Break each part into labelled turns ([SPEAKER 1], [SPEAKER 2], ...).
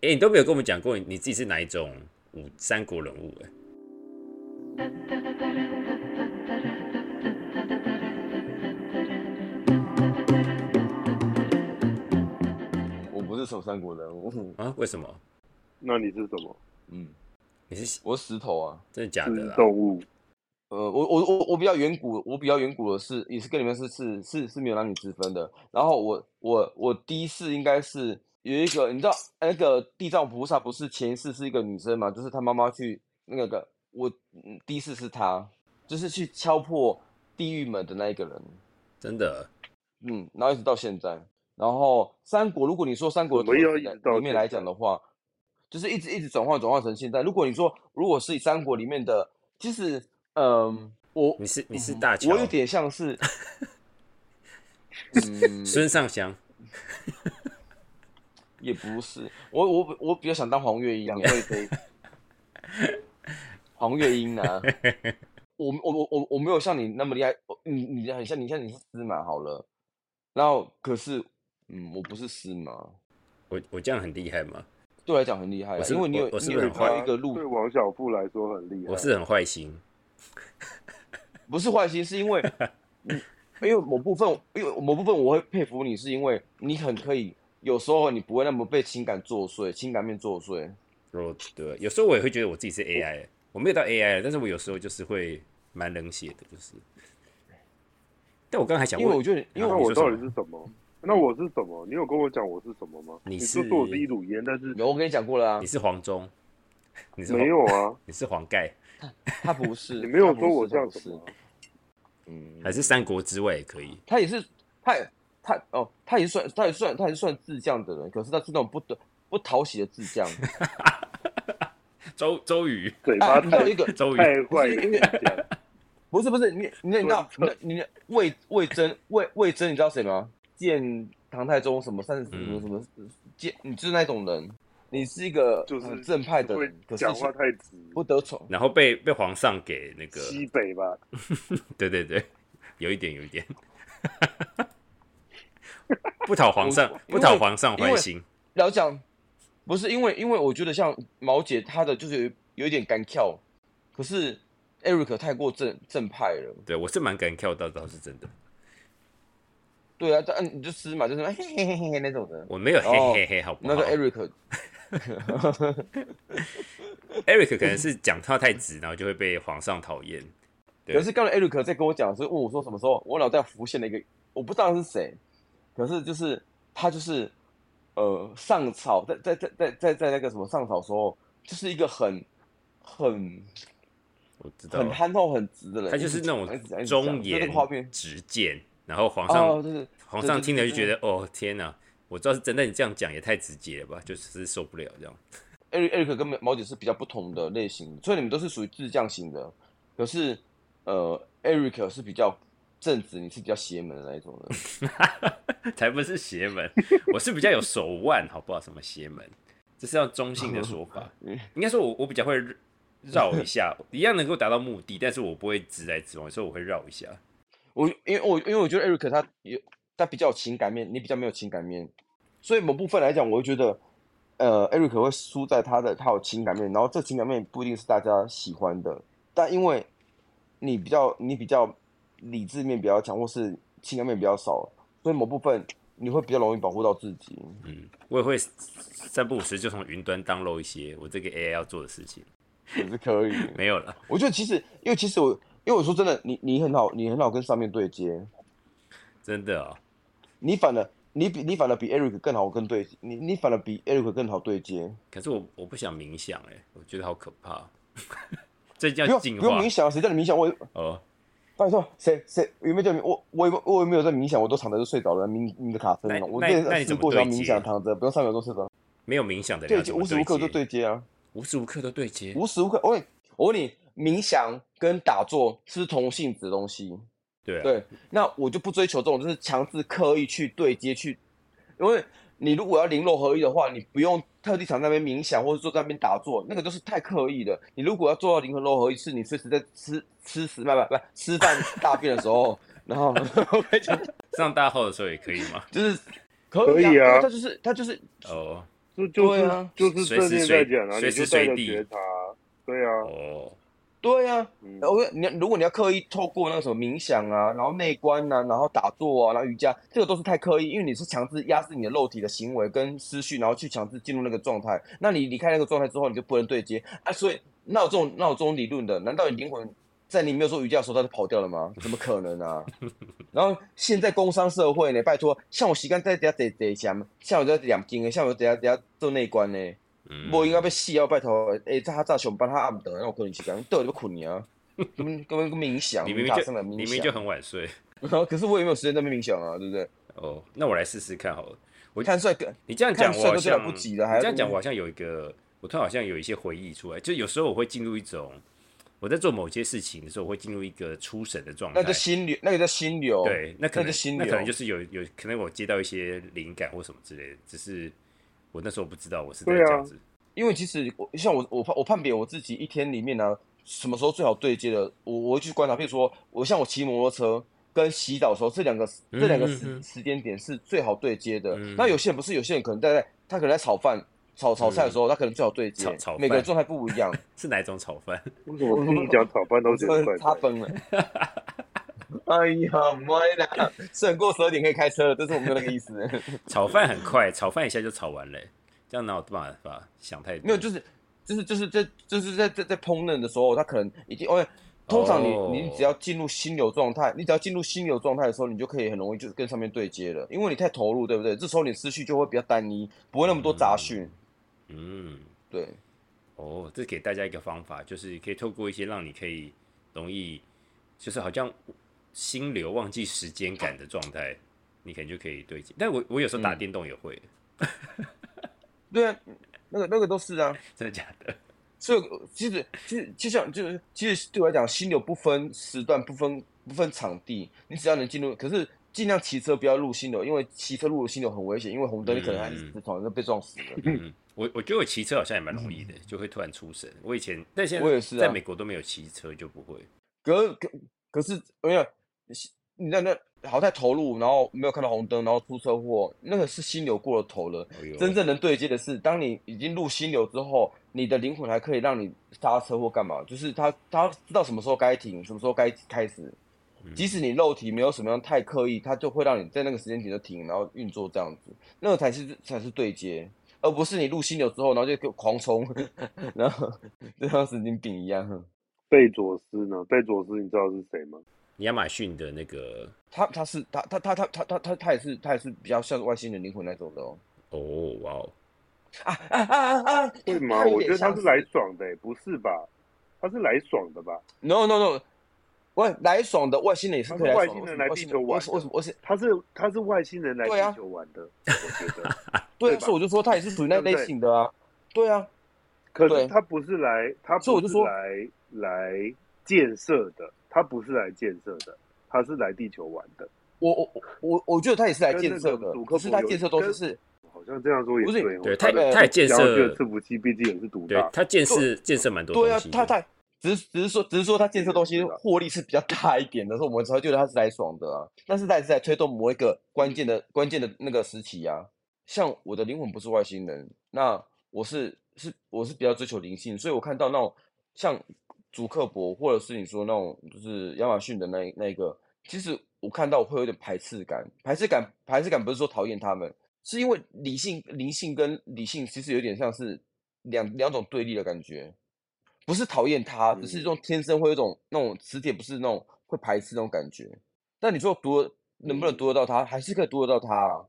[SPEAKER 1] 哎、你都没有跟我们讲过你你自己是哪一种武三国人物哎、
[SPEAKER 2] 我不是什么三国人物，
[SPEAKER 1] 啊？为什么？
[SPEAKER 3] 那你是什么？
[SPEAKER 2] 嗯，
[SPEAKER 1] 你是
[SPEAKER 2] 我是石头啊。
[SPEAKER 1] 真的假的
[SPEAKER 3] 是
[SPEAKER 1] 啦？
[SPEAKER 3] 动物？
[SPEAKER 2] 呃，我我我我比较远古，我比较远古的是也是跟你们是是是是没有男女之分的。然后我我我第一次应该是有一个，你知道那个地藏菩萨不是前一世是一个女生嘛？就是她妈妈去那个我嗯第一次是她，就是去敲破地狱门的那一个人。
[SPEAKER 1] 真的？
[SPEAKER 2] 嗯，然后一直到现在。然后三国，如果你说三国
[SPEAKER 3] 怎
[SPEAKER 2] 的
[SPEAKER 3] 么
[SPEAKER 2] 特
[SPEAKER 3] 又
[SPEAKER 2] 质
[SPEAKER 3] 一
[SPEAKER 2] 来
[SPEAKER 3] 直到
[SPEAKER 2] 里面
[SPEAKER 3] 现
[SPEAKER 2] 来讲的话，就是一直一直转换转换成现在。如果你说如果是以三国里面的，其实嗯、我
[SPEAKER 1] 你是你是
[SPEAKER 2] 嗯
[SPEAKER 1] 大乔
[SPEAKER 2] 我有点 像是嗯，
[SPEAKER 1] 孙尚香？
[SPEAKER 2] 也不是，我我我比较想当黄月英啊
[SPEAKER 3] 杨
[SPEAKER 2] 耶，
[SPEAKER 3] 贵妃？
[SPEAKER 2] 黄月英啊。我我我我我没有像你那么厉害，我你你很像你像你是司马好了，然后可是嗯，我不是司马，
[SPEAKER 1] 我我这样很厉害吗？
[SPEAKER 2] 对我来讲很厉害
[SPEAKER 1] 我
[SPEAKER 2] 啊，
[SPEAKER 1] 是
[SPEAKER 2] 因为你
[SPEAKER 1] 我
[SPEAKER 2] 有
[SPEAKER 1] 我是
[SPEAKER 2] 你
[SPEAKER 1] 不是很
[SPEAKER 2] 有
[SPEAKER 1] 啊
[SPEAKER 2] 挑
[SPEAKER 3] 他
[SPEAKER 2] 一个路
[SPEAKER 3] 对王小富来说很厉害。
[SPEAKER 1] 我是很坏心，
[SPEAKER 2] 不是坏心，是因为 你，因为某部分，因为某部分我会佩服你，是因为你很可以，有时候你不会那么被情感作祟，情感面作祟。
[SPEAKER 1] 我对，有时候我也会觉得我自己是 AI，欸我没有到 AI，但是我有时候就是会蛮冷血的，就是。但我刚才想
[SPEAKER 2] 因为
[SPEAKER 1] 问，
[SPEAKER 2] 我觉得，因为
[SPEAKER 3] 那
[SPEAKER 1] 啊
[SPEAKER 2] 我
[SPEAKER 1] 你
[SPEAKER 3] 我
[SPEAKER 1] 说
[SPEAKER 3] 到
[SPEAKER 1] 什
[SPEAKER 3] 底
[SPEAKER 1] 么
[SPEAKER 3] 是什么？那我是什么？你有跟我讲我是什么吗？
[SPEAKER 1] 你
[SPEAKER 3] 就是说我是一鲁烟，但是
[SPEAKER 2] 有我跟你讲过了啊
[SPEAKER 1] 你，是黄忠，你是黄
[SPEAKER 3] 没有啊，
[SPEAKER 1] 你是黄盖，
[SPEAKER 2] 他不是，
[SPEAKER 3] 你没有
[SPEAKER 2] 他不
[SPEAKER 3] 说我
[SPEAKER 2] 是他
[SPEAKER 3] 像
[SPEAKER 2] 不
[SPEAKER 3] 什
[SPEAKER 2] 是
[SPEAKER 3] 么啊？
[SPEAKER 2] 嗯，
[SPEAKER 1] 还是三国之外也可以？
[SPEAKER 2] 他也是，他也他哦，他也算，他也算，他也算智将的人，可是他是那种不得不讨喜的智将。
[SPEAKER 1] 周周瑜，
[SPEAKER 3] 嘴
[SPEAKER 2] 哎，
[SPEAKER 3] 巴
[SPEAKER 2] 你知道
[SPEAKER 3] 太
[SPEAKER 2] 一 个
[SPEAKER 1] 周瑜，
[SPEAKER 3] 太坏
[SPEAKER 2] 因
[SPEAKER 3] 了
[SPEAKER 2] 为。 不是不是，你你你知道你知道你知道魏魏征魏魏征，你知道谁吗？建唐太宗什么三十什么什么建，你就是那种人，你是一个
[SPEAKER 3] 就是
[SPEAKER 2] 很正派的
[SPEAKER 3] 会
[SPEAKER 2] 人，可是
[SPEAKER 3] 讲话
[SPEAKER 2] 却
[SPEAKER 3] 太直。
[SPEAKER 2] 不得宠。
[SPEAKER 1] 然后被被皇上给那个，
[SPEAKER 3] 西北吧，
[SPEAKER 1] 对对对，有一点有一点， 不讨皇上
[SPEAKER 2] 因为
[SPEAKER 1] 不讨皇上欢心，
[SPEAKER 2] 然后讲不是因为因为我觉得像毛姐她的就是有有一点干跳，可是 Eric 太过正正派了。
[SPEAKER 1] 对我是蛮敢跳到，倒是真的，
[SPEAKER 2] 对啊，但你就司马就是嘿嘿嘿嘿那种人。
[SPEAKER 1] 我没有嘿
[SPEAKER 2] 哦
[SPEAKER 1] 嘿嘿，好不
[SPEAKER 2] 那
[SPEAKER 1] 好
[SPEAKER 2] 个 Eric
[SPEAKER 1] ？Eric 可能是讲话太直，然后就会被皇上讨厌。对
[SPEAKER 2] 可是刚才 Eric 在跟我讲的时候，问我说什么时候，我脑袋浮现了一个，我不知道是谁，可是就是他就是呃上朝，在在在在在在那个什么上朝的时候，就是一个很很
[SPEAKER 1] 我知道
[SPEAKER 2] 很，憨厚很直的人，
[SPEAKER 1] 他就是那种
[SPEAKER 2] 一直讲一直讲
[SPEAKER 1] 忠
[SPEAKER 2] 就那
[SPEAKER 1] 言
[SPEAKER 2] 个画面
[SPEAKER 1] 直谏，然后皇上
[SPEAKER 2] 哦，对对，
[SPEAKER 1] 皇上听了就觉
[SPEAKER 2] 得
[SPEAKER 1] 得，哦天哪，我知道是真的，你这样讲也太直接了吧，就只是受不了这样。
[SPEAKER 2] Eric Eric 跟毛姐是比较不同的类型，所以你们都是属于智将型的，可是呃 Eric 是比较正直，你是比较邪门的那一种人。
[SPEAKER 1] 才不是邪门，我是比较有手腕，好不好？什么邪门，这是要中性的说 法。应该说我我比较会绕一下，一样能够达到目的，但是我不会直来直往，所以我会绕一下。
[SPEAKER 2] 我因为我因为我觉得 Eric 他有他比较有情感面，你比较没有情感面，所以某部分来讲，我会觉得，呃，Eric 会输在他的他有情感面，然后这情感面不一定是大家喜欢的，但因为你比较你比较理智面比较强，或是情感面比较少，所以某部分你会比较容易保护到自己。
[SPEAKER 1] 嗯，我也会三不五时就从云端 download 一些我这个 AI 要做的事情。
[SPEAKER 2] 也是可以。
[SPEAKER 1] 没有了，
[SPEAKER 2] 我觉得其实因为其实我因为我说真的，你你很好，你很好跟上面对接，
[SPEAKER 1] 真的啊、
[SPEAKER 2] 你反而你比你反而比 Eric 更好跟对，你你反而比 Eric 更好对接。
[SPEAKER 1] 可是我我不想冥想、欸，哎，我觉得好可怕。 最近
[SPEAKER 2] 不
[SPEAKER 1] 要
[SPEAKER 2] 用
[SPEAKER 1] 进
[SPEAKER 2] 不用
[SPEAKER 1] 化
[SPEAKER 2] 冥想，谁叫你冥想？我
[SPEAKER 1] 哦，
[SPEAKER 2] 拜托，谁谁有没有叫你？我我也我也没有在冥想，我都躺着就睡着了，冥冥个卡分
[SPEAKER 1] 那
[SPEAKER 2] 了。我
[SPEAKER 1] 那
[SPEAKER 2] 之前
[SPEAKER 1] 那你怎
[SPEAKER 2] 试
[SPEAKER 1] 么
[SPEAKER 2] 过想
[SPEAKER 1] 对接
[SPEAKER 2] 冥想躺着，不用三秒钟睡着，
[SPEAKER 1] 没有冥想的人
[SPEAKER 2] 对
[SPEAKER 1] 要
[SPEAKER 2] 接
[SPEAKER 1] 怎么
[SPEAKER 2] 无时无刻都
[SPEAKER 1] 接，
[SPEAKER 2] 对接啊，
[SPEAKER 1] 无时无刻都对接。
[SPEAKER 2] 无时无刻。我问你我问你，冥想跟打坐是不是同性质的东西？
[SPEAKER 1] 对啊，
[SPEAKER 2] 对，那我就不追求这种，就是强制刻意去对接去，因为你如果要零落合一的话，你不用特地躺在那边冥想，或者坐在那边打坐，那个就是太刻意了。你如果要做到零和落合一，是你随时在吃吃食饭，不不吃饭大便的时候， 然后
[SPEAKER 1] 上大号的时候也可以吗？
[SPEAKER 2] 就是
[SPEAKER 3] 可以
[SPEAKER 2] 啊，
[SPEAKER 3] 啊
[SPEAKER 2] 他就是他就是
[SPEAKER 1] 哦，
[SPEAKER 3] 就就
[SPEAKER 2] 对
[SPEAKER 3] 是、
[SPEAKER 2] 啊
[SPEAKER 3] 就是
[SPEAKER 1] 随时
[SPEAKER 3] 正面
[SPEAKER 1] 随
[SPEAKER 3] 在讲啊，
[SPEAKER 1] 随
[SPEAKER 3] 你
[SPEAKER 1] 时
[SPEAKER 3] 就带
[SPEAKER 1] 随
[SPEAKER 3] 着
[SPEAKER 1] 地
[SPEAKER 3] 觉察啊，对啊，
[SPEAKER 1] 哦，
[SPEAKER 2] 对啊呀、
[SPEAKER 3] 嗯
[SPEAKER 2] 我跟你如果你要刻意透过那个什么冥想啊，然后内观呐、啊，然后打坐啊，然后瑜伽，这个都是太刻意，因为你是强制压制你的肉体的行为跟思绪，然后去强制进入那个状态。那你离开那个状态之后，你就不能对接啊。所以，那有这种那有这种理论的，难道你灵魂在你没有做瑜伽的时候，它就跑掉了吗？怎么可能啊！ 然后现在工商社会呢，拜托，像我时间在底下坐坐下，像我在两斤的，像我底下底下做内观呢。
[SPEAKER 1] 嗯，
[SPEAKER 2] 无应该要死啊！拜托，哎、欸，他早上班，他暗顿，那我可能时间，到底要困你 啊？根本根本个冥想，
[SPEAKER 1] 你明明
[SPEAKER 2] 打
[SPEAKER 1] 就
[SPEAKER 2] 上来
[SPEAKER 1] 你
[SPEAKER 2] 冥
[SPEAKER 1] 明
[SPEAKER 2] 想
[SPEAKER 1] 明就很晚睡
[SPEAKER 2] 然后 可是我也没有时间在那边冥想啊，对不对？
[SPEAKER 1] 哦，那我来试试看好了。我
[SPEAKER 2] 看帅哥，
[SPEAKER 1] 你这样讲，
[SPEAKER 2] 看
[SPEAKER 1] 我
[SPEAKER 2] 帅
[SPEAKER 1] 好
[SPEAKER 2] 都对了
[SPEAKER 1] 像
[SPEAKER 2] 不及了还
[SPEAKER 1] 你
[SPEAKER 2] 要
[SPEAKER 1] 这样
[SPEAKER 2] 跟
[SPEAKER 1] 讲，我好像有一个，我突然好像有一些回忆出来，就有时候我会进入一种，我在做某些事情的时候，我会进入一个出神的状态
[SPEAKER 2] 那叫。心流，那个叫心流。
[SPEAKER 1] 对，那可能
[SPEAKER 2] 那就心哦
[SPEAKER 1] 那可能
[SPEAKER 2] 流
[SPEAKER 1] 就是有有可能我接到一些灵感或什么之类的，只是我那时候不知道我是在
[SPEAKER 3] 对
[SPEAKER 1] 这
[SPEAKER 3] 啊
[SPEAKER 1] 样子。
[SPEAKER 2] 因为其实我像我我判我判别我自己一天里面呢、什么时候最好对接的，我我会去观察。譬如说，我像我骑摩托车跟洗澡的时候，这两个
[SPEAKER 1] 嗯
[SPEAKER 2] 这两个
[SPEAKER 1] 嗯
[SPEAKER 2] 时、
[SPEAKER 1] 嗯
[SPEAKER 2] 时间点是最好对接的。
[SPEAKER 1] 嗯
[SPEAKER 2] 那有些人不是，有些人可能在他可能在炒饭炒炒菜的时候，他可能最好对
[SPEAKER 1] 嗯
[SPEAKER 2] 接
[SPEAKER 1] 炒炒。
[SPEAKER 2] 每个人
[SPEAKER 1] 饭
[SPEAKER 2] 状态不一样。
[SPEAKER 1] 是哪一种炒饭？
[SPEAKER 3] 为什么听你讲炒饭都觉得怪
[SPEAKER 2] 他
[SPEAKER 3] 怪的？
[SPEAKER 2] 崩 了。哎呀，妈呀！虽然过十二点可以开车了，但是我没有那个意思。
[SPEAKER 1] 炒饭很快，炒饭一下就炒完了、这样哪有办法想太多？
[SPEAKER 2] 没有，就是就是就是在就是在在在烹饪的时候，他可能已经，因为通常你、
[SPEAKER 1] 哦
[SPEAKER 2] 你只要进入心流状态，你只要进入心流状态的时候，你就可以很容易就跟上面对接了，因为你太投入，对不对？这时候你思绪就会比较单一，不会那么多杂讯。
[SPEAKER 1] 嗯，
[SPEAKER 2] 对，
[SPEAKER 1] 哦，这给大家一个方法，就是可以透过一些让你可以容易，就是好像心流忘记时间感的状态，你可能就可以对接。但我我有时候打
[SPEAKER 2] 嗯
[SPEAKER 1] 电动也会，
[SPEAKER 2] 对啊，那个那个都是啊。
[SPEAKER 1] 真的假的？
[SPEAKER 2] 所以其实其实就像就是其实对我来讲，心流不分时段，不分不分场地，你只要能进入，可是尽量骑车不要入心流，因为骑车入了心流很危险，因为红灯你可能还
[SPEAKER 1] 嗯
[SPEAKER 2] 是闯就被撞死了。
[SPEAKER 1] 嗯，我我觉得我骑车好像也蛮容易的，就会突然出神。我以前但现在
[SPEAKER 2] 嗯我也是啊
[SPEAKER 1] 在美国都没有骑车就不会。
[SPEAKER 2] 可是可可是没有，你那那好太投入，然后没有看到红灯，然后出车祸，那个是心流过了头了。
[SPEAKER 1] 哎呦
[SPEAKER 2] 真正能对接的是，当你已经入心流之后，你的灵魂还可以让你刹车或干嘛，就是他他知道什么时候该停，什么时候该开始。
[SPEAKER 1] 嗯
[SPEAKER 2] 即使你肉体没有什么样太刻意，它就会让你在那个时间点就停，然后运作这样子，那个才是才是对接，而不是你入心流之后，然后就给我狂冲， 然后 就像神经病一样。
[SPEAKER 3] 贝佐斯呢？贝佐斯你知道是谁吗？
[SPEAKER 1] 亚马逊的那个
[SPEAKER 2] 他他是他他他他他他他他也是他也是比较像是外星人灵魂那种的哦。
[SPEAKER 1] 哦哇哦，
[SPEAKER 2] 啊啊啊啊啊！
[SPEAKER 3] 会吗？
[SPEAKER 2] 他有
[SPEAKER 3] 我觉
[SPEAKER 2] 点
[SPEAKER 3] 得他
[SPEAKER 2] 像
[SPEAKER 3] 是来爽的、欸不是吧？他是来爽的吧？
[SPEAKER 2] No No No，喂，来爽的外星人也是
[SPEAKER 3] 他
[SPEAKER 2] 可以
[SPEAKER 3] 是
[SPEAKER 2] 来
[SPEAKER 3] 外
[SPEAKER 2] 爽
[SPEAKER 3] 星
[SPEAKER 2] 的，
[SPEAKER 3] 人来
[SPEAKER 2] 为
[SPEAKER 3] 地
[SPEAKER 2] 什
[SPEAKER 3] 球
[SPEAKER 2] 么为
[SPEAKER 3] 玩
[SPEAKER 2] 什么为什么为什么为什么？
[SPEAKER 3] 他是他是外星人来
[SPEAKER 2] 对啊
[SPEAKER 3] 地球玩的，我觉得。
[SPEAKER 2] 对
[SPEAKER 3] 对
[SPEAKER 2] 啊，
[SPEAKER 3] 吧
[SPEAKER 2] 所以我就说他也是属于那
[SPEAKER 3] 对不
[SPEAKER 2] 类
[SPEAKER 3] 对
[SPEAKER 2] 型的啊。对啊，
[SPEAKER 3] 可
[SPEAKER 2] 对
[SPEAKER 3] 是他不是来，他
[SPEAKER 2] 所以我
[SPEAKER 3] 不
[SPEAKER 2] 就是说
[SPEAKER 3] 来来建设的，他不是来建设的，他是来地球玩的。
[SPEAKER 2] 我我我我我觉得他也是来
[SPEAKER 3] 跟
[SPEAKER 2] 建
[SPEAKER 3] 那
[SPEAKER 2] 设
[SPEAKER 3] 个
[SPEAKER 2] 的
[SPEAKER 3] 祖，克
[SPEAKER 2] 可是他
[SPEAKER 3] 伯有
[SPEAKER 2] 建设东西
[SPEAKER 3] 跟
[SPEAKER 2] 是
[SPEAKER 3] 好像这样说也
[SPEAKER 2] 不是
[SPEAKER 3] 对哦，
[SPEAKER 1] 对他
[SPEAKER 3] 的
[SPEAKER 1] 他也建
[SPEAKER 3] 想要这
[SPEAKER 1] 设
[SPEAKER 3] 个，伺服器毕竟也是独
[SPEAKER 1] 对
[SPEAKER 3] 大，
[SPEAKER 1] 他建设建设蛮多
[SPEAKER 2] 啊对
[SPEAKER 1] 东
[SPEAKER 2] 啊
[SPEAKER 1] 西，的。
[SPEAKER 2] 他他只是只是说只是说他建设东西
[SPEAKER 3] 是啊
[SPEAKER 2] 获利是比较大一点的，所以我们才会觉得他是来爽的啊。但是他也是在推动某一个关键的关键的那个时期啊。像我的灵魂不是外星人，那我是是我是比较追求灵性，所以我看到那种像祖克伯或者是你说那种就是亚马逊的那一那一个，其实我看到我会有点排斥感，排斥感排斥感不是说讨厌他们，是因为理性灵性跟理性其实有点像是两两种对立的感觉，不是讨厌他，只是这种天生会有一种那种磁铁不是那种会排斥那种感觉。但你说读得能不能
[SPEAKER 3] 嗯
[SPEAKER 2] 读得到他，还是可以读得到他啊，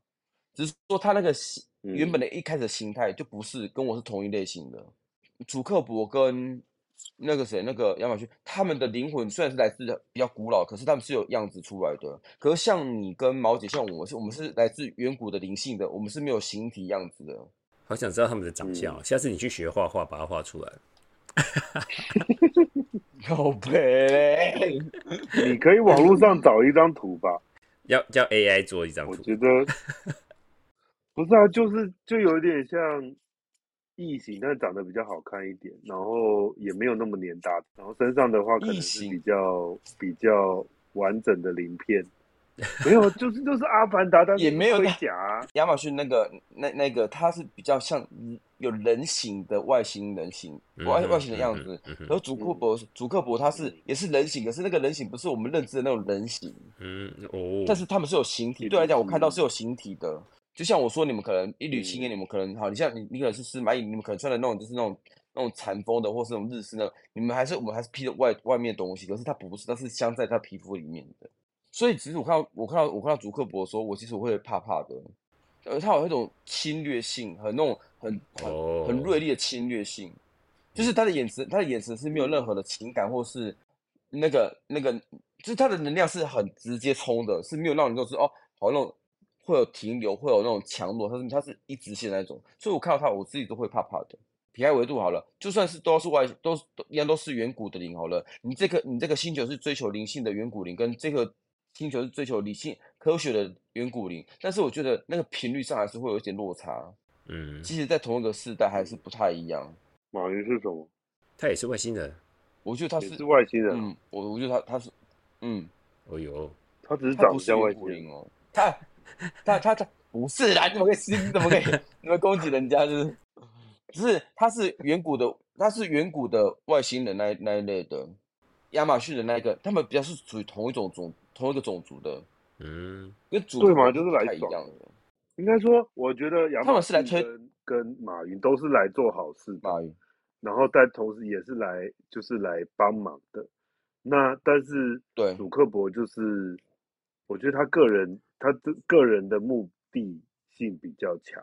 [SPEAKER 2] 只是说他那个形原
[SPEAKER 3] 嗯
[SPEAKER 2] 本的一开始的形态就不是跟我是同一类型的。祖克伯跟那个谁，那个亚马逊，他们的灵魂虽然是来自比较古老，可是他们是有样子出来的。可是像你跟毛姐，像我们是，我们是来自远古的灵性的，我们是没有形体样子的。
[SPEAKER 1] 好想知道他们的长相、哦，
[SPEAKER 2] 嗯
[SPEAKER 1] 下次你去学画画，把它画出来。
[SPEAKER 2] 靠北，
[SPEAKER 3] 你可以网络 上找一张图吧，
[SPEAKER 1] 要叫 AI 做一张
[SPEAKER 3] 我
[SPEAKER 1] 图，
[SPEAKER 3] 觉得不是啊，就是就有点像异形，但长得比较好看一点，然后也没有那么黏大，然后身上的话可能
[SPEAKER 2] 异
[SPEAKER 3] 是
[SPEAKER 2] 形
[SPEAKER 3] 比较比较完整的鳞片，没有，就是就是阿凡达，但是
[SPEAKER 2] 也没有
[SPEAKER 3] 盔甲啊，
[SPEAKER 2] 亚马逊那个那那个，它是比较像有人形的外星人形
[SPEAKER 1] 嗯
[SPEAKER 2] 外
[SPEAKER 1] 哼
[SPEAKER 2] 外星的样子，
[SPEAKER 1] 嗯哼
[SPEAKER 2] 然后祖克伯祖克伯他是也是人形，可是那个人形不是我们认知的那种人形，
[SPEAKER 1] 嗯哦，
[SPEAKER 2] 但是他们是有形体。
[SPEAKER 3] 嗯
[SPEAKER 2] 对我来讲，我看到是有形体的。就像我说，你们可能一缕青烟，
[SPEAKER 3] 嗯
[SPEAKER 2] 你们可能好，你像你你可能是司马懿，你们可能穿的那种就是那种那种禅风的，或是那种日式那种，你们还是我们还是披着外外面的东西，可是它不是，它是镶在它皮肤里面的。所以其实我看到我看到我看到竹克伯的时候，我其实我会怕怕的，呃，它有那种侵略性，很那种很很
[SPEAKER 1] 哦
[SPEAKER 2] 很锐利的侵略性，就是他的眼神，他的眼神是没有任何的情感或是那个那个，就是他的能量是很直接冲的，是没有让你就是哦，好那种会有停留，会有那种强弱，他是他是一直线的那种，所以我看到他我自己都会怕怕的。皮埃维度好了，就算是都是外都是都一样都是远古的灵好了，你这个你这个星球是追求灵性的远古灵，跟这个星球是追求理性科学的远古灵，但是我觉得那个频率上还是会有一点落差。
[SPEAKER 1] 嗯，
[SPEAKER 2] 即使在同一个世代，还是不太一样。
[SPEAKER 3] 马云是什么？
[SPEAKER 1] 他也是外星人。
[SPEAKER 2] 我觉得他
[SPEAKER 3] 也
[SPEAKER 2] 是，
[SPEAKER 3] 是外星人啊，
[SPEAKER 2] 嗯，我我觉得他他是，嗯，
[SPEAKER 1] 哦哟，
[SPEAKER 3] 他只是
[SPEAKER 2] 他
[SPEAKER 3] 长
[SPEAKER 2] 不
[SPEAKER 3] 得
[SPEAKER 2] 是
[SPEAKER 3] 像外
[SPEAKER 2] 远
[SPEAKER 3] 星
[SPEAKER 2] 古
[SPEAKER 3] 人
[SPEAKER 2] 灵。哦，他他他他不是啦，你怎么可以你怎么 可以你们攻击人家就是，只是他是远古的，他是远古的外星人那一那一类的，亚马逊人那一个，他们比较是属于同一种种同一个种族的，
[SPEAKER 1] 嗯，
[SPEAKER 2] 跟种
[SPEAKER 3] 对
[SPEAKER 2] 族
[SPEAKER 3] 嘛
[SPEAKER 2] 不
[SPEAKER 3] 就是来
[SPEAKER 2] 太一
[SPEAKER 3] 爽
[SPEAKER 2] 样的。
[SPEAKER 3] 应该说，我觉得亚
[SPEAKER 2] 他
[SPEAKER 3] 马
[SPEAKER 2] 们是来
[SPEAKER 3] 逊
[SPEAKER 2] 推
[SPEAKER 3] 跟跟马云都是来做好事的，
[SPEAKER 2] 马云，
[SPEAKER 3] 然后但同时也是来就是来帮忙的。那但是
[SPEAKER 2] 对
[SPEAKER 3] 祖克伯就是，我觉得他个人他这个人的目的性比较强，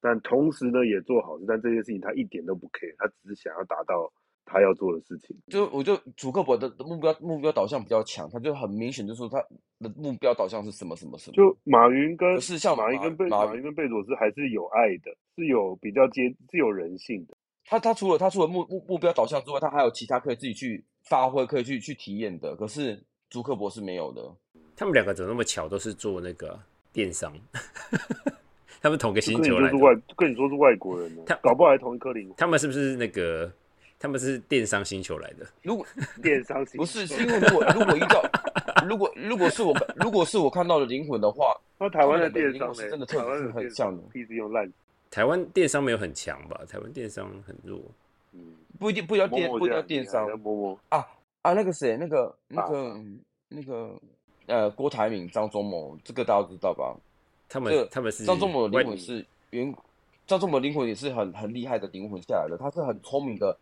[SPEAKER 3] 但同时呢也做好事，但这件事情他一点都不 care，他只是想要达到他要做的事情。
[SPEAKER 2] 就我就祖克伯的目标目标导向比较强，他就很明显就说他的目标导向是什么什么什么。
[SPEAKER 3] 就马云跟
[SPEAKER 2] 可是像
[SPEAKER 3] 马云
[SPEAKER 2] 马
[SPEAKER 3] 跟贝
[SPEAKER 2] 马
[SPEAKER 3] 马云跟贝佐斯还是有爱的，是有比较接是有人性的。
[SPEAKER 2] 他他除了他除了目目目标导向之外，他还有其他可以自己去发挥、可以去去体验的。可是朱克伯是没有的，
[SPEAKER 1] 他们两个怎么那么巧，都是做那个电商， 他们同个
[SPEAKER 3] 就
[SPEAKER 1] 星
[SPEAKER 3] 跟你
[SPEAKER 1] 球
[SPEAKER 3] 就
[SPEAKER 1] 来
[SPEAKER 3] 是
[SPEAKER 1] 的。
[SPEAKER 3] 外，跟你说是外国人呢
[SPEAKER 1] 他，
[SPEAKER 3] 搞不好还同一颗灵
[SPEAKER 1] 他们是不是那个？他们是电商星球来的？
[SPEAKER 2] 如果
[SPEAKER 3] 魂，电商型
[SPEAKER 2] 不是是因为如果如果依照如果如果是我看如果是我看到的灵魂的话，
[SPEAKER 3] 那台湾
[SPEAKER 2] 他
[SPEAKER 3] 的
[SPEAKER 2] 们两
[SPEAKER 3] 电
[SPEAKER 2] 个
[SPEAKER 3] 商
[SPEAKER 2] 灵魂
[SPEAKER 3] 呢？
[SPEAKER 2] 是真的特
[SPEAKER 3] 台湾
[SPEAKER 2] 质
[SPEAKER 3] 的
[SPEAKER 2] 是很
[SPEAKER 3] 电
[SPEAKER 2] 像的
[SPEAKER 3] 商屁是用烂，
[SPEAKER 1] 台湾电商没有很强吧？台湾电商很弱。
[SPEAKER 3] 嗯，
[SPEAKER 2] 不一定不一定要电
[SPEAKER 3] 摸摸
[SPEAKER 2] 不一定
[SPEAKER 3] 这
[SPEAKER 2] 要
[SPEAKER 3] 样
[SPEAKER 2] 电
[SPEAKER 3] 子
[SPEAKER 2] 商
[SPEAKER 3] 还要摸摸，
[SPEAKER 2] 啊啊那个谁那个那
[SPEAKER 3] 啊
[SPEAKER 2] 个那个呃郭台铭张忠谋这个大家都知道吧？
[SPEAKER 1] 他
[SPEAKER 2] 这
[SPEAKER 1] 们他们是
[SPEAKER 2] 张忠谋的
[SPEAKER 1] 外
[SPEAKER 2] 灵魂是原张忠谋的灵魂也是很很厉害的灵魂下来的，他是很聪明的。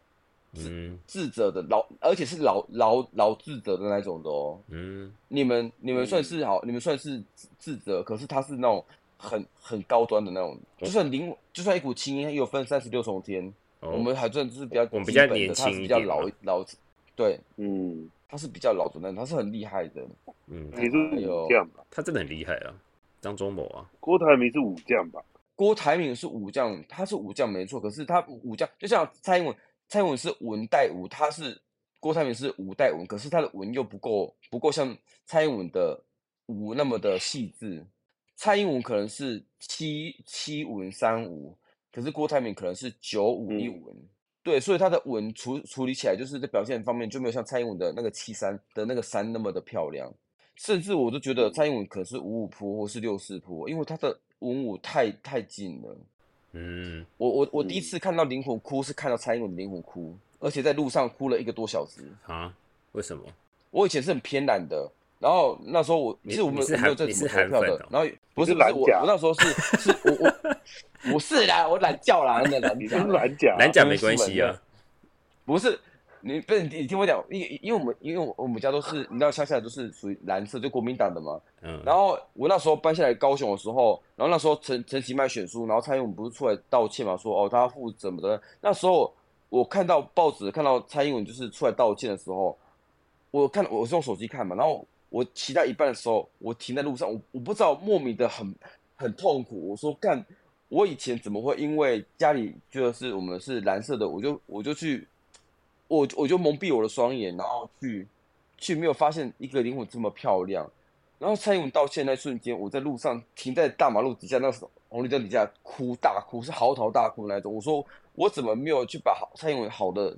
[SPEAKER 1] 嗯
[SPEAKER 2] 智者的老，而且是老老老智者的那种的哦。
[SPEAKER 1] 嗯
[SPEAKER 2] 你们你们算
[SPEAKER 3] 嗯
[SPEAKER 2] 是好，你们算是智智者，可是他是那种很很高端的那种，就算灵，就算一股青烟，也有分三十六重天。
[SPEAKER 1] 哦，
[SPEAKER 2] 我们还算是比较
[SPEAKER 1] 我们比
[SPEAKER 2] 基
[SPEAKER 1] 较
[SPEAKER 2] 本的
[SPEAKER 1] 年
[SPEAKER 2] 他
[SPEAKER 1] 轻
[SPEAKER 2] 是
[SPEAKER 1] 一
[SPEAKER 2] 比较
[SPEAKER 1] 点
[SPEAKER 2] 老
[SPEAKER 1] 嘛
[SPEAKER 2] 老，对，
[SPEAKER 3] 嗯，
[SPEAKER 2] 他是比较老的那种，他是很厉害的。
[SPEAKER 1] 嗯，
[SPEAKER 3] 你是武将吧？
[SPEAKER 1] 他真的很厉害啊，张忠谋啊，
[SPEAKER 3] 郭台铭是武将吧？
[SPEAKER 2] 郭台铭是武将，他是武将没错，可是他武将就像蔡英文，蔡英文是文代武，他是郭台铭是武代文，可是他的文又不够不够像蔡英文的武那么的细致。蔡英文可能是七七文三武，可是郭台铭可能是九武一
[SPEAKER 3] 嗯
[SPEAKER 2] 文，对，所以他的文处处理起来就是在表现方面就没有像蔡英文的那个七三的那个三那么的漂亮。甚至我都觉得
[SPEAKER 3] 嗯
[SPEAKER 2] 蔡英文可能是五五坡或是六四坡，因为他的文武太太近了。
[SPEAKER 1] 嗯，
[SPEAKER 2] 我我我第一
[SPEAKER 3] 嗯
[SPEAKER 2] 次看到灵魂哭是看到蔡英文的灵魂哭，而且在路上哭了一个多小时。
[SPEAKER 1] 啊，为什么？
[SPEAKER 2] 我以前是很偏蓝的，然后那时候我
[SPEAKER 1] 你
[SPEAKER 2] 其实我们
[SPEAKER 1] 你是
[SPEAKER 2] 我没有
[SPEAKER 1] 韩
[SPEAKER 2] 在
[SPEAKER 1] 你
[SPEAKER 2] 怎么
[SPEAKER 1] 是
[SPEAKER 2] 投
[SPEAKER 1] 韩
[SPEAKER 2] 票的
[SPEAKER 1] 粉哦，
[SPEAKER 2] 然后不是
[SPEAKER 3] 是
[SPEAKER 2] 不是
[SPEAKER 3] 蓝
[SPEAKER 2] 我
[SPEAKER 3] 甲
[SPEAKER 2] 我那时候是是 我我不是啦，我懒觉啦，真的懒
[SPEAKER 3] 你
[SPEAKER 2] 觉
[SPEAKER 3] 是。蓝甲，啊
[SPEAKER 1] 蓝甲
[SPEAKER 2] 跟
[SPEAKER 1] 没
[SPEAKER 2] 苏
[SPEAKER 1] 关
[SPEAKER 2] 文
[SPEAKER 1] 系
[SPEAKER 2] 的
[SPEAKER 1] 啊，
[SPEAKER 2] 不是，你不是你你听我讲，因为因为我们因为我我们家都是你知道乡下都是属于蓝色，就国民党的嘛。
[SPEAKER 1] 嗯，
[SPEAKER 2] 然后我那时候搬下来高雄的时候，然后那时候陈陈其迈选书，然后蔡英文不是出来道歉嘛，说哦他负怎么的。那时候我看到报纸看到蔡英文就是出来道歉的时候，我看我是用手机看嘛，然后我骑到一半的时候，我停在路上，我我不知道莫名的很很痛苦，我说干，我以前怎么会因为家里就是我们是蓝色的，我就我就去，我我就蒙蔽我的双眼，然后去去没有发现一个灵魂这么漂亮。然后蔡英文道歉那瞬间，我在路上停在大马路底下，那时候红绿灯底下哭大哭，是嚎啕大哭那种。我说我怎么没有去把好蔡英文好的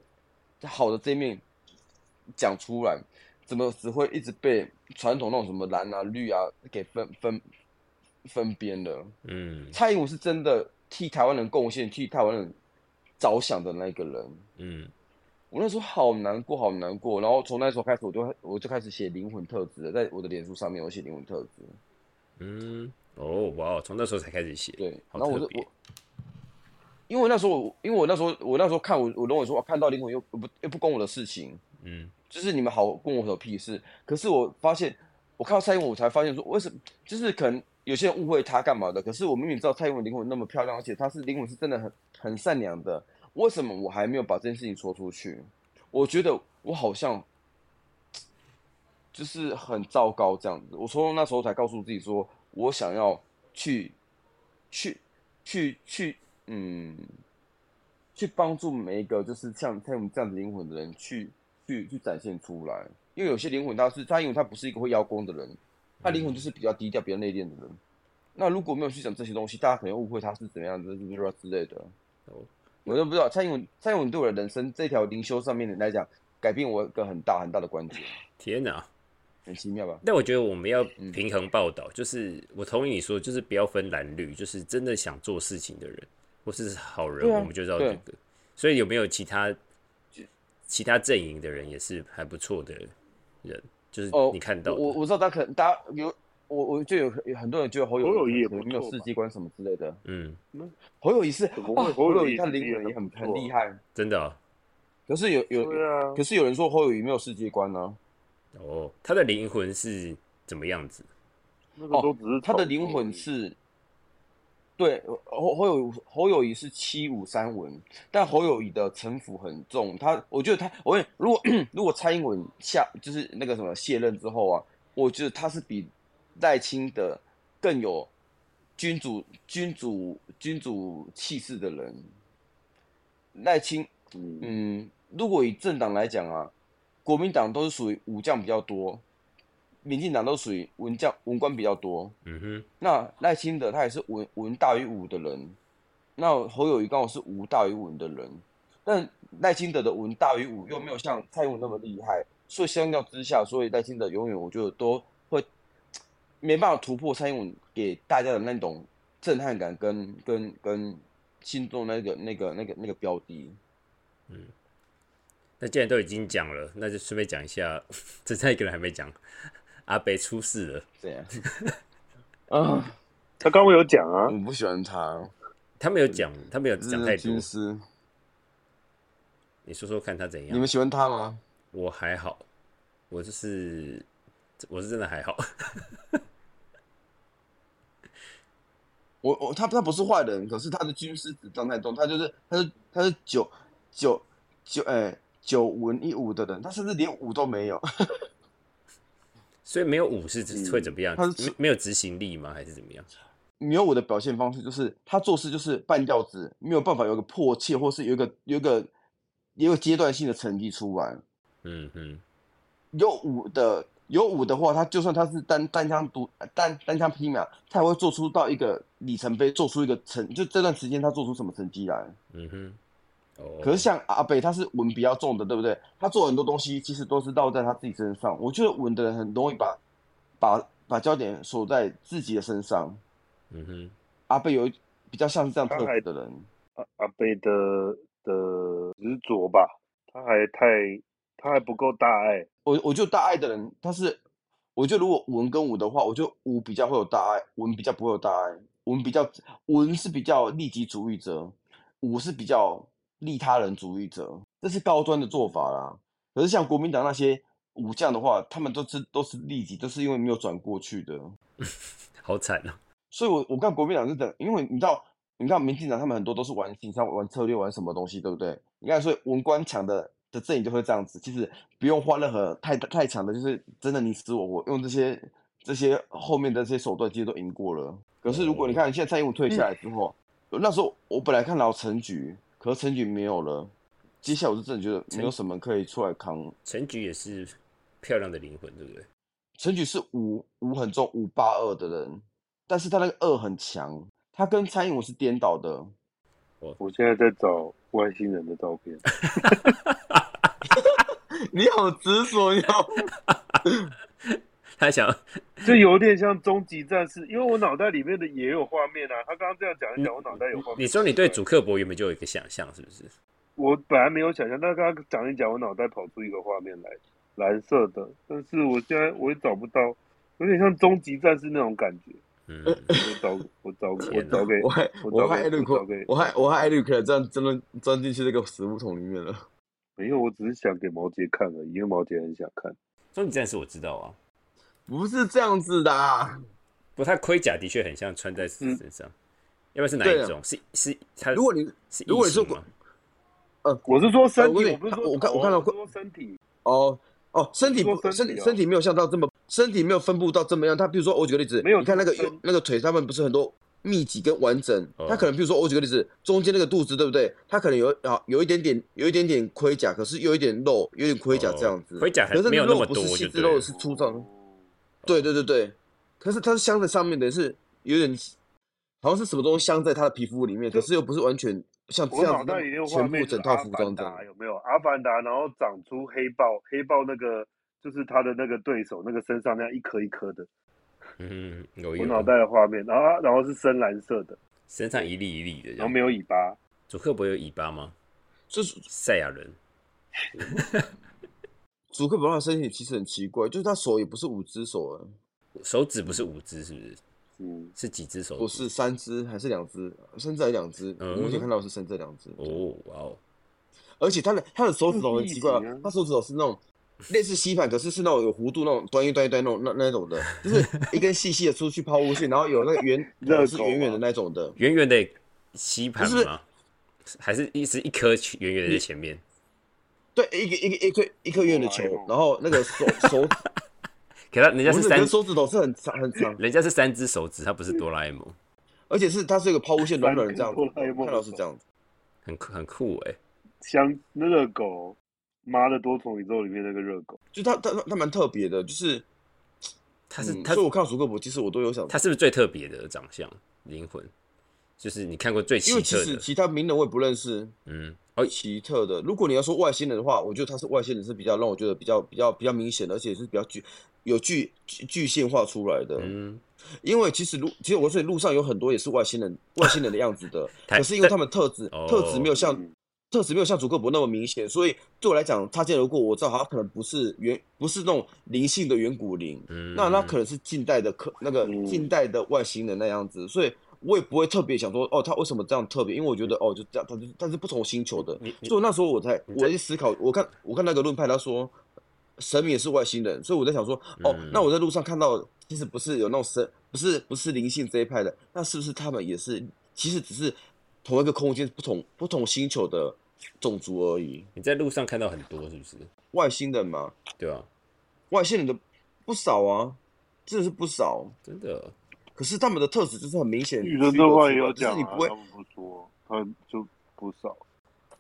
[SPEAKER 2] 好的这一面讲出来？怎么只会一直被传统那种什么蓝啊、绿啊给分分分边的？
[SPEAKER 1] 嗯
[SPEAKER 2] 蔡英文是真的替台湾人贡献、替台湾人着想的那个人。
[SPEAKER 1] 嗯
[SPEAKER 2] 我那时候好难过，好难过。然后从那时候开始，我就我就开始写灵魂特质了，在我的脸书上面，我写灵魂特质。
[SPEAKER 1] 嗯，哦哇哦，从那时候才开始写，
[SPEAKER 2] 对，
[SPEAKER 1] 好
[SPEAKER 2] 然后
[SPEAKER 1] 特
[SPEAKER 2] 我就
[SPEAKER 1] 别
[SPEAKER 2] 我，因为那时候我，因为我那时候我那时候看我我认为说，我哦看到灵魂又不又不关我的事情，
[SPEAKER 1] 嗯
[SPEAKER 2] 就是你们好关我有屁事。可是我发现，我看到蔡英文，我才发现说，为什么就是可能有些人误会他干嘛的？可是我明明知道蔡英文灵魂那么漂亮，而且她是灵魂是真的很很善良的，为什么我还没有把这件事情说出去？我觉得我好像就是很糟糕这样子。我从那时候才告诉自己说，我想要去去去去，嗯，去帮助每一个就是像像我们这样子灵魂的人去去去展现出来。因为有些灵魂他是他，因为他不是一个会邀功的人，他灵魂就是比较低调、比较内敛的人。那如果没有去讲这些东西，大家可能会误会他是怎么样子之类的。
[SPEAKER 1] 哦
[SPEAKER 2] 我都不知道蔡英文，蔡英文对我的人生这条灵修上面来讲，改变我一个很大很大的关节，
[SPEAKER 1] 天哪！
[SPEAKER 2] 很奇妙吧？
[SPEAKER 1] 但我觉得我们要
[SPEAKER 2] 嗯
[SPEAKER 1] 平衡报道，就是我同意你说，就是不要分蓝绿，就是真的想做事情的人或是好人，
[SPEAKER 2] 对啊
[SPEAKER 1] 我们就知道这个。所以有没有其他其他阵营的人也是还不错的人，就是
[SPEAKER 2] 哦，
[SPEAKER 1] 你看到的，
[SPEAKER 2] 我我我知道大家可能大家有我我就有有很多人觉得侯友
[SPEAKER 3] 侯友宜也
[SPEAKER 2] 可能
[SPEAKER 3] 不
[SPEAKER 2] 没有
[SPEAKER 3] 错
[SPEAKER 2] 世
[SPEAKER 3] 吧
[SPEAKER 2] 纪观什么之类的。
[SPEAKER 1] 嗯，
[SPEAKER 2] 侯友宜是
[SPEAKER 3] 怎么会
[SPEAKER 2] 哇
[SPEAKER 3] 侯友
[SPEAKER 2] 友
[SPEAKER 3] 宜
[SPEAKER 2] 他
[SPEAKER 3] 是
[SPEAKER 2] 灵
[SPEAKER 3] 一个
[SPEAKER 2] 魂也很
[SPEAKER 3] 不错啊
[SPEAKER 2] 很厉害，
[SPEAKER 1] 真的哦，
[SPEAKER 2] 可是有有
[SPEAKER 3] 对啊
[SPEAKER 2] 可，是有人说侯友宜没有世界观啊呢、
[SPEAKER 1] 哦他的灵魂是怎么样子？
[SPEAKER 3] 那个都
[SPEAKER 2] 哦
[SPEAKER 3] 只是，
[SPEAKER 2] 他的
[SPEAKER 3] 炒
[SPEAKER 2] 灵
[SPEAKER 3] 作而
[SPEAKER 2] 魂
[SPEAKER 3] 已
[SPEAKER 2] 是，对呃侯侯友侯友谊是七五三文，但侯友谊的城府很重。他我觉得他，我问如果 如果蔡英文下就是那个什么卸任之后啊，我觉得他是比赖清德更有君主君主君主气势的人。赖清
[SPEAKER 3] 嗯，
[SPEAKER 2] 嗯，如果以政党来讲啊，国民党都是属于武将比较多，民进党都属于文将文官比较多。
[SPEAKER 1] 嗯哼，
[SPEAKER 2] 那赖清德他也是文文大于武的人，那侯友谊刚好是武大于文的人，但赖清德的文大于武又没有像蔡英文那么厉害，所以相较之下，所以赖清德永远我觉得都会没办法突破蔡英文给大家的那种震撼感跟跟跟心中那个那个那个那个标的。
[SPEAKER 1] 那既然都已经讲了，那就顺便讲一下， 只差一个人还没讲，阿北出事了。
[SPEAKER 2] 这 样。啊，
[SPEAKER 3] 他刚刚有讲啊，
[SPEAKER 2] 我不喜欢他，
[SPEAKER 1] 他没有讲，他没有
[SPEAKER 2] 这
[SPEAKER 1] 讲
[SPEAKER 2] 是
[SPEAKER 1] 太多
[SPEAKER 2] 军。师。
[SPEAKER 1] 你说说看他怎样？
[SPEAKER 2] 你们喜欢他吗？
[SPEAKER 1] 我还好，我就是我是真的还好。
[SPEAKER 2] 我我他他不是坏人，可是他的军师只张太忠，他就是他是他是九九九哎九文一武的人，他甚至连武都没有。
[SPEAKER 1] 所以没有武是指会怎么样？
[SPEAKER 2] 嗯他是
[SPEAKER 1] 没没有执行力吗？还是怎么样？
[SPEAKER 2] 没有武的表现方式就是他做事就是半吊子，没有办法有一个迫切或是有一个有一个有一个阶段性的成绩出来。
[SPEAKER 1] 嗯嗯
[SPEAKER 2] 有五的，有五的话，他就算他是单单枪独单单枪匹马，他也会做出到一个里程碑，做出一个成，就这段时间他做出什么成绩来。
[SPEAKER 1] 嗯哼，哦，
[SPEAKER 2] 可是像阿北，他是文比较重的，对不对？他做很多东西其实都是绕在他自己身上。我觉得文的人很容易把把把焦点锁在自己的身上。
[SPEAKER 1] 嗯哼，
[SPEAKER 2] 阿北有一比较像是这样特
[SPEAKER 3] 他还
[SPEAKER 2] 质的人，
[SPEAKER 3] 阿阿贝的的执着吧，他还太他还不够大爱，
[SPEAKER 2] 我我就大爱的人，他是，我觉得如果文跟武的话，我觉得武比较会有大爱，文比较不会有大爱，文比较文是比较利己主义者，武是比较利他人主义者，这是高端的做法啦。可是像国民党那些武将的话，他们都是都是利己，都是因为没有转过去的。
[SPEAKER 1] 好惨哦。
[SPEAKER 2] 所以我我看国民党是等，因为你知道，你看民进党他们很多都是玩形象、玩策略、玩什么东西，对不对？你看，所以文官强的的阵营就会这样子，其实不用花任何太太强的，就是真的你死我活，用这些这些后面的这些手段，其实都赢过了。可是如果你看现在蔡英文退下来之后，那时候我本来看到陈菊，可是陈菊没有了，接下来我就真的觉得没有什么可以出来扛。
[SPEAKER 1] 陈菊也是漂亮的灵魂，对不对？
[SPEAKER 2] 陈菊是五五很重五八二的人，但是他那个二很强，他跟蔡英文是颠倒的。
[SPEAKER 3] 我现在在找外星人的照片，
[SPEAKER 2] 你好执着，你好，
[SPEAKER 1] 他想
[SPEAKER 3] 这有点像终极战士，因为我脑袋里面的也有画面啊。他刚刚这样讲一讲，我脑袋有画面。
[SPEAKER 1] 你说你对主克伯原本就有一个想象，是不是？
[SPEAKER 3] 我本来没有想象，但刚刚讲一讲，我脑袋跑出一个画面来，蓝色的，但是我现在我也找不到，有点像终极战士那种感觉。
[SPEAKER 1] 嗯，
[SPEAKER 2] 呃
[SPEAKER 3] 我 找我找我找给
[SPEAKER 2] 我还
[SPEAKER 3] 我
[SPEAKER 2] 我
[SPEAKER 3] 找
[SPEAKER 2] 还艾
[SPEAKER 3] 给
[SPEAKER 2] 瑞
[SPEAKER 3] 我
[SPEAKER 2] 克
[SPEAKER 3] 找给，
[SPEAKER 2] 我还我还艾瑞克这样真的钻进去这个食物桶里面了。
[SPEAKER 3] 没有，我只是想给毛杰看而已，因为毛杰很想看。
[SPEAKER 1] 终极战士我知道啊，
[SPEAKER 2] 不是这样子的、啊，
[SPEAKER 1] 不过他盔甲的确很像穿在身上，要不然是哪
[SPEAKER 2] 嗯对
[SPEAKER 1] 一
[SPEAKER 2] 啊
[SPEAKER 1] 种？是是他
[SPEAKER 2] 如果你
[SPEAKER 1] 是
[SPEAKER 2] 如果你
[SPEAKER 1] 异形
[SPEAKER 2] 说
[SPEAKER 1] 吗
[SPEAKER 3] 我是说身体，
[SPEAKER 2] 呃
[SPEAKER 3] 我不是说
[SPEAKER 2] 我看
[SPEAKER 3] 头
[SPEAKER 2] 我看到
[SPEAKER 3] 我是说身体。
[SPEAKER 2] 哦哦，身体不
[SPEAKER 3] 做
[SPEAKER 2] 身
[SPEAKER 3] 身体
[SPEAKER 2] 体
[SPEAKER 3] 哦
[SPEAKER 2] 身体没有像到这么，身体没有分布到这么样。他比如说，我举个例子，
[SPEAKER 3] 没有
[SPEAKER 2] 你看那个
[SPEAKER 3] 出生
[SPEAKER 2] 右那个腿，他们不是很多密集跟完整
[SPEAKER 1] 哦。
[SPEAKER 2] 他可能比如说，我举个例子，中间那个肚子对不对？他可能有啊有一点点有一点点盔甲，可是有一点肉，有点盔甲这样子。
[SPEAKER 1] 哦盔甲还
[SPEAKER 2] 可是
[SPEAKER 1] 没有那
[SPEAKER 2] 肉
[SPEAKER 1] 么
[SPEAKER 2] 不是
[SPEAKER 1] 多
[SPEAKER 2] 细
[SPEAKER 1] 就
[SPEAKER 2] 致
[SPEAKER 1] 对了
[SPEAKER 2] 肉是粗
[SPEAKER 3] 哦
[SPEAKER 2] 壮的。对对对对，可是它是镶在上面的，是有点好像是什么东西镶在他的皮肤里面，可是又不是完全像这
[SPEAKER 3] 我脑
[SPEAKER 2] 样子
[SPEAKER 3] 袋里面
[SPEAKER 2] 那
[SPEAKER 3] 有
[SPEAKER 2] 么
[SPEAKER 3] 画
[SPEAKER 2] 全部
[SPEAKER 3] 面是
[SPEAKER 2] 整套
[SPEAKER 3] 阿
[SPEAKER 2] 服装
[SPEAKER 3] 凡
[SPEAKER 2] 这样
[SPEAKER 3] 达。有没有？阿凡达，然后长出黑豹，黑豹那个就是他的那个对手，那个身上那样一颗一颗的，
[SPEAKER 1] 嗯，有
[SPEAKER 3] 我
[SPEAKER 1] 有
[SPEAKER 3] 脑袋的画面，然后它然后是深蓝色的，
[SPEAKER 1] 身上一粒一粒的这
[SPEAKER 3] 然后
[SPEAKER 1] 样
[SPEAKER 3] 没。有尾巴，
[SPEAKER 1] 主克伯有尾巴吗？
[SPEAKER 2] 就是
[SPEAKER 1] 赛亚人
[SPEAKER 2] 主克伯他的身体其实很奇怪，就是他手也不是五只手啊。
[SPEAKER 1] 手指不是五只，是不是？
[SPEAKER 3] 嗯，
[SPEAKER 1] 是几只手指？
[SPEAKER 2] 不是三只还是两只？甚至还两只，我目前
[SPEAKER 1] 嗯
[SPEAKER 2] 看到的是甚至两只。
[SPEAKER 1] 哦，哇哦，
[SPEAKER 2] 而且他的他的手指头很奇怪
[SPEAKER 3] 就是异形啊，
[SPEAKER 2] 他手指头是那种类似吸盘，可是是那种有弧度那种端一端一端那种那那种的，就是一根细细的出去抛物线，然后有那个圆
[SPEAKER 3] 热狗啊
[SPEAKER 2] 是圆圆的那种的。
[SPEAKER 1] 圆圆的吸盘
[SPEAKER 2] 不是
[SPEAKER 1] 吗？还是一直一颗圆圆的在前面？
[SPEAKER 2] 对，一个一个一颗一颗圆圆的球
[SPEAKER 3] 哆啦 A，梦
[SPEAKER 2] 然后那个手 手
[SPEAKER 1] 可他人家
[SPEAKER 2] 手
[SPEAKER 1] 是
[SPEAKER 2] 指
[SPEAKER 1] 三
[SPEAKER 2] 跟，手指头是很长很长，
[SPEAKER 1] 人家是三只手指，他不是哆啦 A 梦，
[SPEAKER 2] 而且是它是一个抛物线软软的这样子
[SPEAKER 3] 三，个哆啦 A 梦
[SPEAKER 2] 看到是这样子。
[SPEAKER 1] 很酷很酷哎、
[SPEAKER 3] 像那热狗，妈的多重宇宙里面那个热狗，
[SPEAKER 2] 就它它它它蛮特别的，就是
[SPEAKER 1] 他是
[SPEAKER 2] 嗯
[SPEAKER 1] 他
[SPEAKER 2] 所以我看到鼠克伯，其实我都有想
[SPEAKER 1] 他是不是最特别的长相灵魂？就是你看过最
[SPEAKER 2] 因
[SPEAKER 1] 奇
[SPEAKER 2] 为其
[SPEAKER 1] 特
[SPEAKER 2] 实
[SPEAKER 1] 的，
[SPEAKER 2] 其他名人我也不认识，
[SPEAKER 1] 嗯，哦，
[SPEAKER 2] 奇特的。如果你要说外星人的话，我觉得他是外星人是比较让我觉得比较比较比较明显的，而且是比较具有具具具现化出来的。
[SPEAKER 1] 嗯，
[SPEAKER 2] 因为其实路，其实我说路上有很多也是外星人外星人的样子的，
[SPEAKER 1] 台
[SPEAKER 2] 可是因为他们特质
[SPEAKER 1] 哦
[SPEAKER 2] 特质没有像
[SPEAKER 3] 嗯
[SPEAKER 2] 特质没有像祖克伯那么明显，所以对我来讲，他今天如果我知道他可能不是远不是那种灵性的远古灵，
[SPEAKER 1] 嗯
[SPEAKER 2] 那那可能是近代的科那个
[SPEAKER 3] 嗯
[SPEAKER 2] 近代的外星人那样子，所以我也不会特别想说哦，他为什么这样特别？因为我觉得哦，就这样，他就他是不同星球的，
[SPEAKER 1] 你你
[SPEAKER 2] 所以那时候我才
[SPEAKER 1] 你在
[SPEAKER 2] 我在思考，我看我看那个论派他说神明也是外星人，所以我在想说哦，
[SPEAKER 1] 嗯
[SPEAKER 2] 那我在路上看到其实不是有那种神，不是不是灵性这一派的，那是不是他们也是其实只是同一个空间不同不同星球的种族而已？
[SPEAKER 1] 你在路上看到很多是不是？
[SPEAKER 2] 外星人嘛，
[SPEAKER 1] 对啊，
[SPEAKER 2] 外星人的不少啊，真的是不少。
[SPEAKER 1] 真的，
[SPEAKER 2] 可是他们的特质就是很明显，
[SPEAKER 3] 女人的话也有
[SPEAKER 2] 就是
[SPEAKER 3] 讲
[SPEAKER 2] 你
[SPEAKER 3] 啊，
[SPEAKER 2] 不会
[SPEAKER 3] 他们不说，很就不少，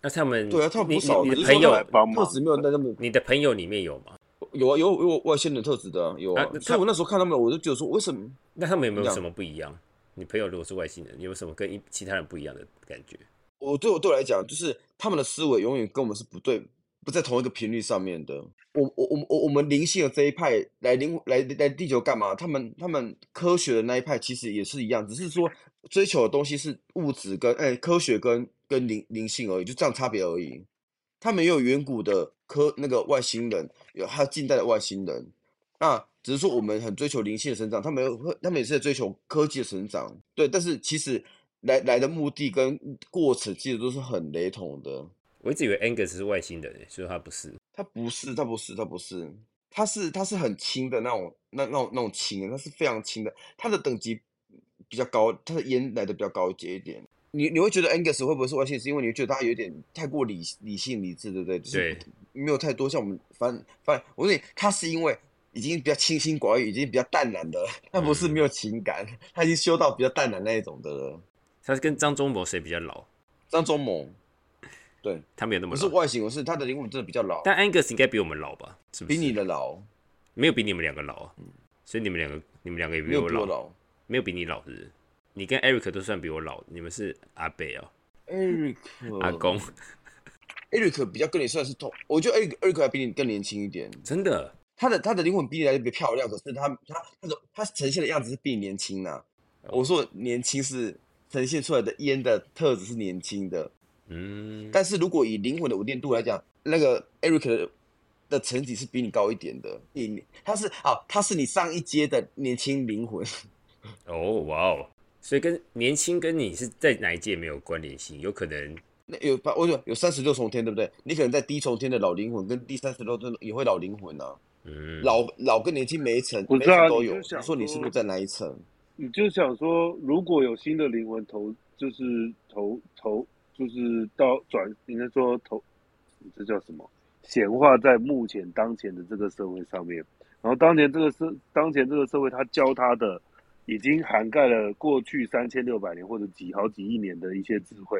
[SPEAKER 1] 那他们
[SPEAKER 2] 对啊，他们
[SPEAKER 1] 你
[SPEAKER 2] 不少，
[SPEAKER 1] 你
[SPEAKER 2] 可
[SPEAKER 1] 你
[SPEAKER 2] 是
[SPEAKER 1] 的
[SPEAKER 2] 说
[SPEAKER 1] 朋
[SPEAKER 2] 他
[SPEAKER 1] 友
[SPEAKER 2] 们
[SPEAKER 3] 帮忙啊
[SPEAKER 2] 特质没有那那么
[SPEAKER 1] 你的朋友里面有吗？
[SPEAKER 2] 有啊，有有外星人特质的啊有啊
[SPEAKER 1] 啊那，
[SPEAKER 2] 所以
[SPEAKER 1] 他
[SPEAKER 2] 我那时候看他们，我就觉得说为什么
[SPEAKER 1] 那他们有没有
[SPEAKER 2] 一样
[SPEAKER 1] 什么不一样？你朋友如果是外星人，有没有什么跟一其他人不一样的感觉？
[SPEAKER 2] 我对我对我来讲，就是他们的思维永远跟我们是不对，不在同一个频率上面的。我我我我我们灵性的这一派来灵来来地球干嘛？他们他们科学的那一派其实也是一样，只是说追求的东西是物质跟哎科学跟跟灵灵性而已，就这样差别而已。他们也有远古的科那个外星人，有还有近代的外星人。那只是说我们很追求灵性的成长，他们有会他们也是在追求科技的成长，对。但是其实来来的目的跟过程其实都是很雷同的。
[SPEAKER 1] 我一直以为 Angus 是外星人、欸，所以他不是。
[SPEAKER 2] 他不是，他不是，他不是，他是他是很轻的那种，那那种那种轻的，他是非常轻的，他的等级比较高，他的烟来的比较高阶一点。你你会觉得 Angus 会不会是外星人，是因为你会觉得他有点太过理理性理智，对不对？就是
[SPEAKER 1] 对
[SPEAKER 2] 没有太多像我们反反，我跟你，他是因为已经比较清心寡欲，已经比较淡然的了，他不是没有
[SPEAKER 1] 嗯
[SPEAKER 2] 情感，他已经修到比较淡然那一种的了。
[SPEAKER 1] 他是跟张忠谋谁比较老？
[SPEAKER 2] 张忠谋，对，
[SPEAKER 1] 他没有那么
[SPEAKER 2] 不是
[SPEAKER 1] 老，
[SPEAKER 2] 外形，我是他的灵魂真的比较老，
[SPEAKER 1] 但 Angus 应该比我们老吧？是不
[SPEAKER 2] 比
[SPEAKER 1] 是？
[SPEAKER 2] 你的老，
[SPEAKER 1] 没有比你们两个老啊，所以你们两个你们两个也
[SPEAKER 2] 没
[SPEAKER 1] 比
[SPEAKER 2] 有
[SPEAKER 1] 我
[SPEAKER 2] 比
[SPEAKER 1] 老，
[SPEAKER 2] 我老。
[SPEAKER 1] 没有比你老是不是？你跟 Eric 都算比我老，你们是阿伯哦、
[SPEAKER 2] 嗯 Eric，
[SPEAKER 1] 阿公。
[SPEAKER 2] Eric 比较跟你算是同，我觉得 Eric Eric 还比你更年轻一点，
[SPEAKER 1] 真的，
[SPEAKER 2] 他的他的灵魂比你来的比较漂亮，可是他他他的他呈现的样子是比你年轻呐、
[SPEAKER 1] 哦
[SPEAKER 2] 我说年轻是呈现出来的烟的特质是年轻的，
[SPEAKER 1] 嗯，
[SPEAKER 2] 但是如果以灵魂的稳定度来讲，那个 Eric 的的层级是比你高一点的，你他是啊，他是你上一阶的年轻灵魂，
[SPEAKER 1] 哦，哇哦，所以跟年轻跟你是在哪一届没有关联性，有可能
[SPEAKER 2] 那有把我有有三十六重天，对不对？你可能在低重天的老灵魂跟第三十六重也会老灵魂啊，
[SPEAKER 1] 嗯，
[SPEAKER 2] 老老跟年轻每一层
[SPEAKER 3] 我
[SPEAKER 2] 每一
[SPEAKER 3] 知道啊
[SPEAKER 2] 层都
[SPEAKER 3] 你就
[SPEAKER 2] 有。你
[SPEAKER 3] 想
[SPEAKER 2] 说你是
[SPEAKER 3] 说
[SPEAKER 2] 不是在哪一层？
[SPEAKER 3] 你就想说，如果有新的灵魂投，就是投投，就是到转，应该说投，这叫什么？显化在目前当前的这个社会上面。然后当前这个社，当前这个社会，它教它的已经涵盖了过去三千六百年或者几好几亿年的一些智慧，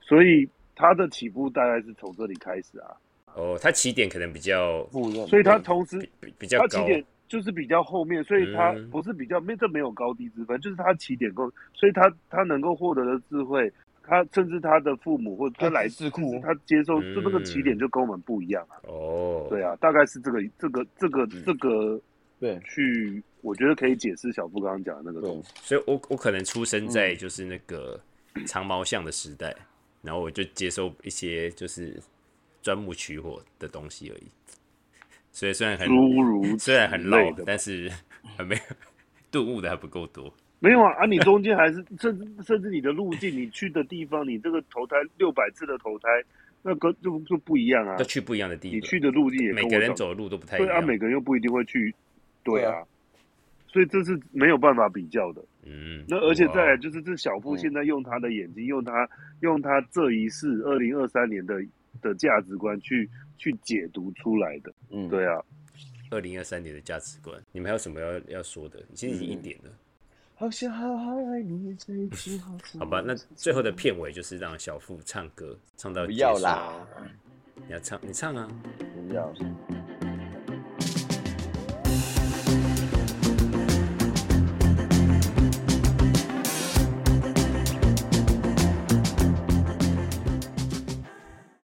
[SPEAKER 3] 所以它的起步大概是从这里开始啊。
[SPEAKER 1] 哦，他起点可能比较
[SPEAKER 2] 不一样。
[SPEAKER 3] 所以它
[SPEAKER 2] 对
[SPEAKER 3] 同时
[SPEAKER 1] 比比比较
[SPEAKER 3] 它
[SPEAKER 1] 高
[SPEAKER 3] 起，点就是比较后面，所以它
[SPEAKER 1] 嗯
[SPEAKER 3] 不是比较没这没有高低之分，就是它起点够，所以它它能够获得的智慧，它甚至他的父母或者他
[SPEAKER 2] 它
[SPEAKER 3] 来
[SPEAKER 2] 知识库
[SPEAKER 3] 他接受就那个
[SPEAKER 1] 嗯
[SPEAKER 3] 起点就跟我们不一样啊。
[SPEAKER 1] 哦，
[SPEAKER 3] 对，啊，大概是这个这个这个
[SPEAKER 1] 嗯
[SPEAKER 3] 这个
[SPEAKER 2] 对
[SPEAKER 3] 去，我觉得可以解释小布刚刚讲的那个东
[SPEAKER 2] 对
[SPEAKER 3] 西。，
[SPEAKER 1] 所以我我可能出生在
[SPEAKER 3] 嗯
[SPEAKER 1] 就是那个长毛象的时代，然后我就接受一些就是钻木取火的东西而已，所以虽然很
[SPEAKER 3] 诸如此
[SPEAKER 1] 虽然很
[SPEAKER 3] 类
[SPEAKER 1] 老
[SPEAKER 3] 的吧，
[SPEAKER 1] 但是很没有 顿悟的还不够多。
[SPEAKER 3] 没有啊啊！你中间还是甚至甚至你的路径，你去的地方，你这个投胎六百次的投胎，那个就就不一样啊
[SPEAKER 1] 要。去不一样的地
[SPEAKER 3] 你
[SPEAKER 1] 方
[SPEAKER 3] 去，的路径也跟
[SPEAKER 1] 每
[SPEAKER 3] 我
[SPEAKER 1] 个人
[SPEAKER 3] 长
[SPEAKER 1] 走的路都不太一
[SPEAKER 3] 对啊，
[SPEAKER 1] 样。
[SPEAKER 3] 每个人又不一定会去，对
[SPEAKER 2] 对
[SPEAKER 3] 啊，所以这是没有办法比较的。
[SPEAKER 1] 嗯，
[SPEAKER 3] 那而且
[SPEAKER 1] 哇
[SPEAKER 3] 再来就是，这小布
[SPEAKER 2] 嗯
[SPEAKER 3] 现在用他的眼睛，用他用他这一世二零二三年的的价值观去去解读出来的，
[SPEAKER 2] 嗯，
[SPEAKER 3] 对啊，
[SPEAKER 1] 二零二三年的价值观，你们还有什么要要说的？其实已经一
[SPEAKER 2] 嗯
[SPEAKER 1] 点了，
[SPEAKER 2] 好想好好爱你，最最好。
[SPEAKER 1] 好吧？那最后的片尾就是让小付唱歌，唱到
[SPEAKER 2] 不要
[SPEAKER 1] 结束
[SPEAKER 2] 啦，
[SPEAKER 1] 你要唱，你唱啊。
[SPEAKER 2] 不要。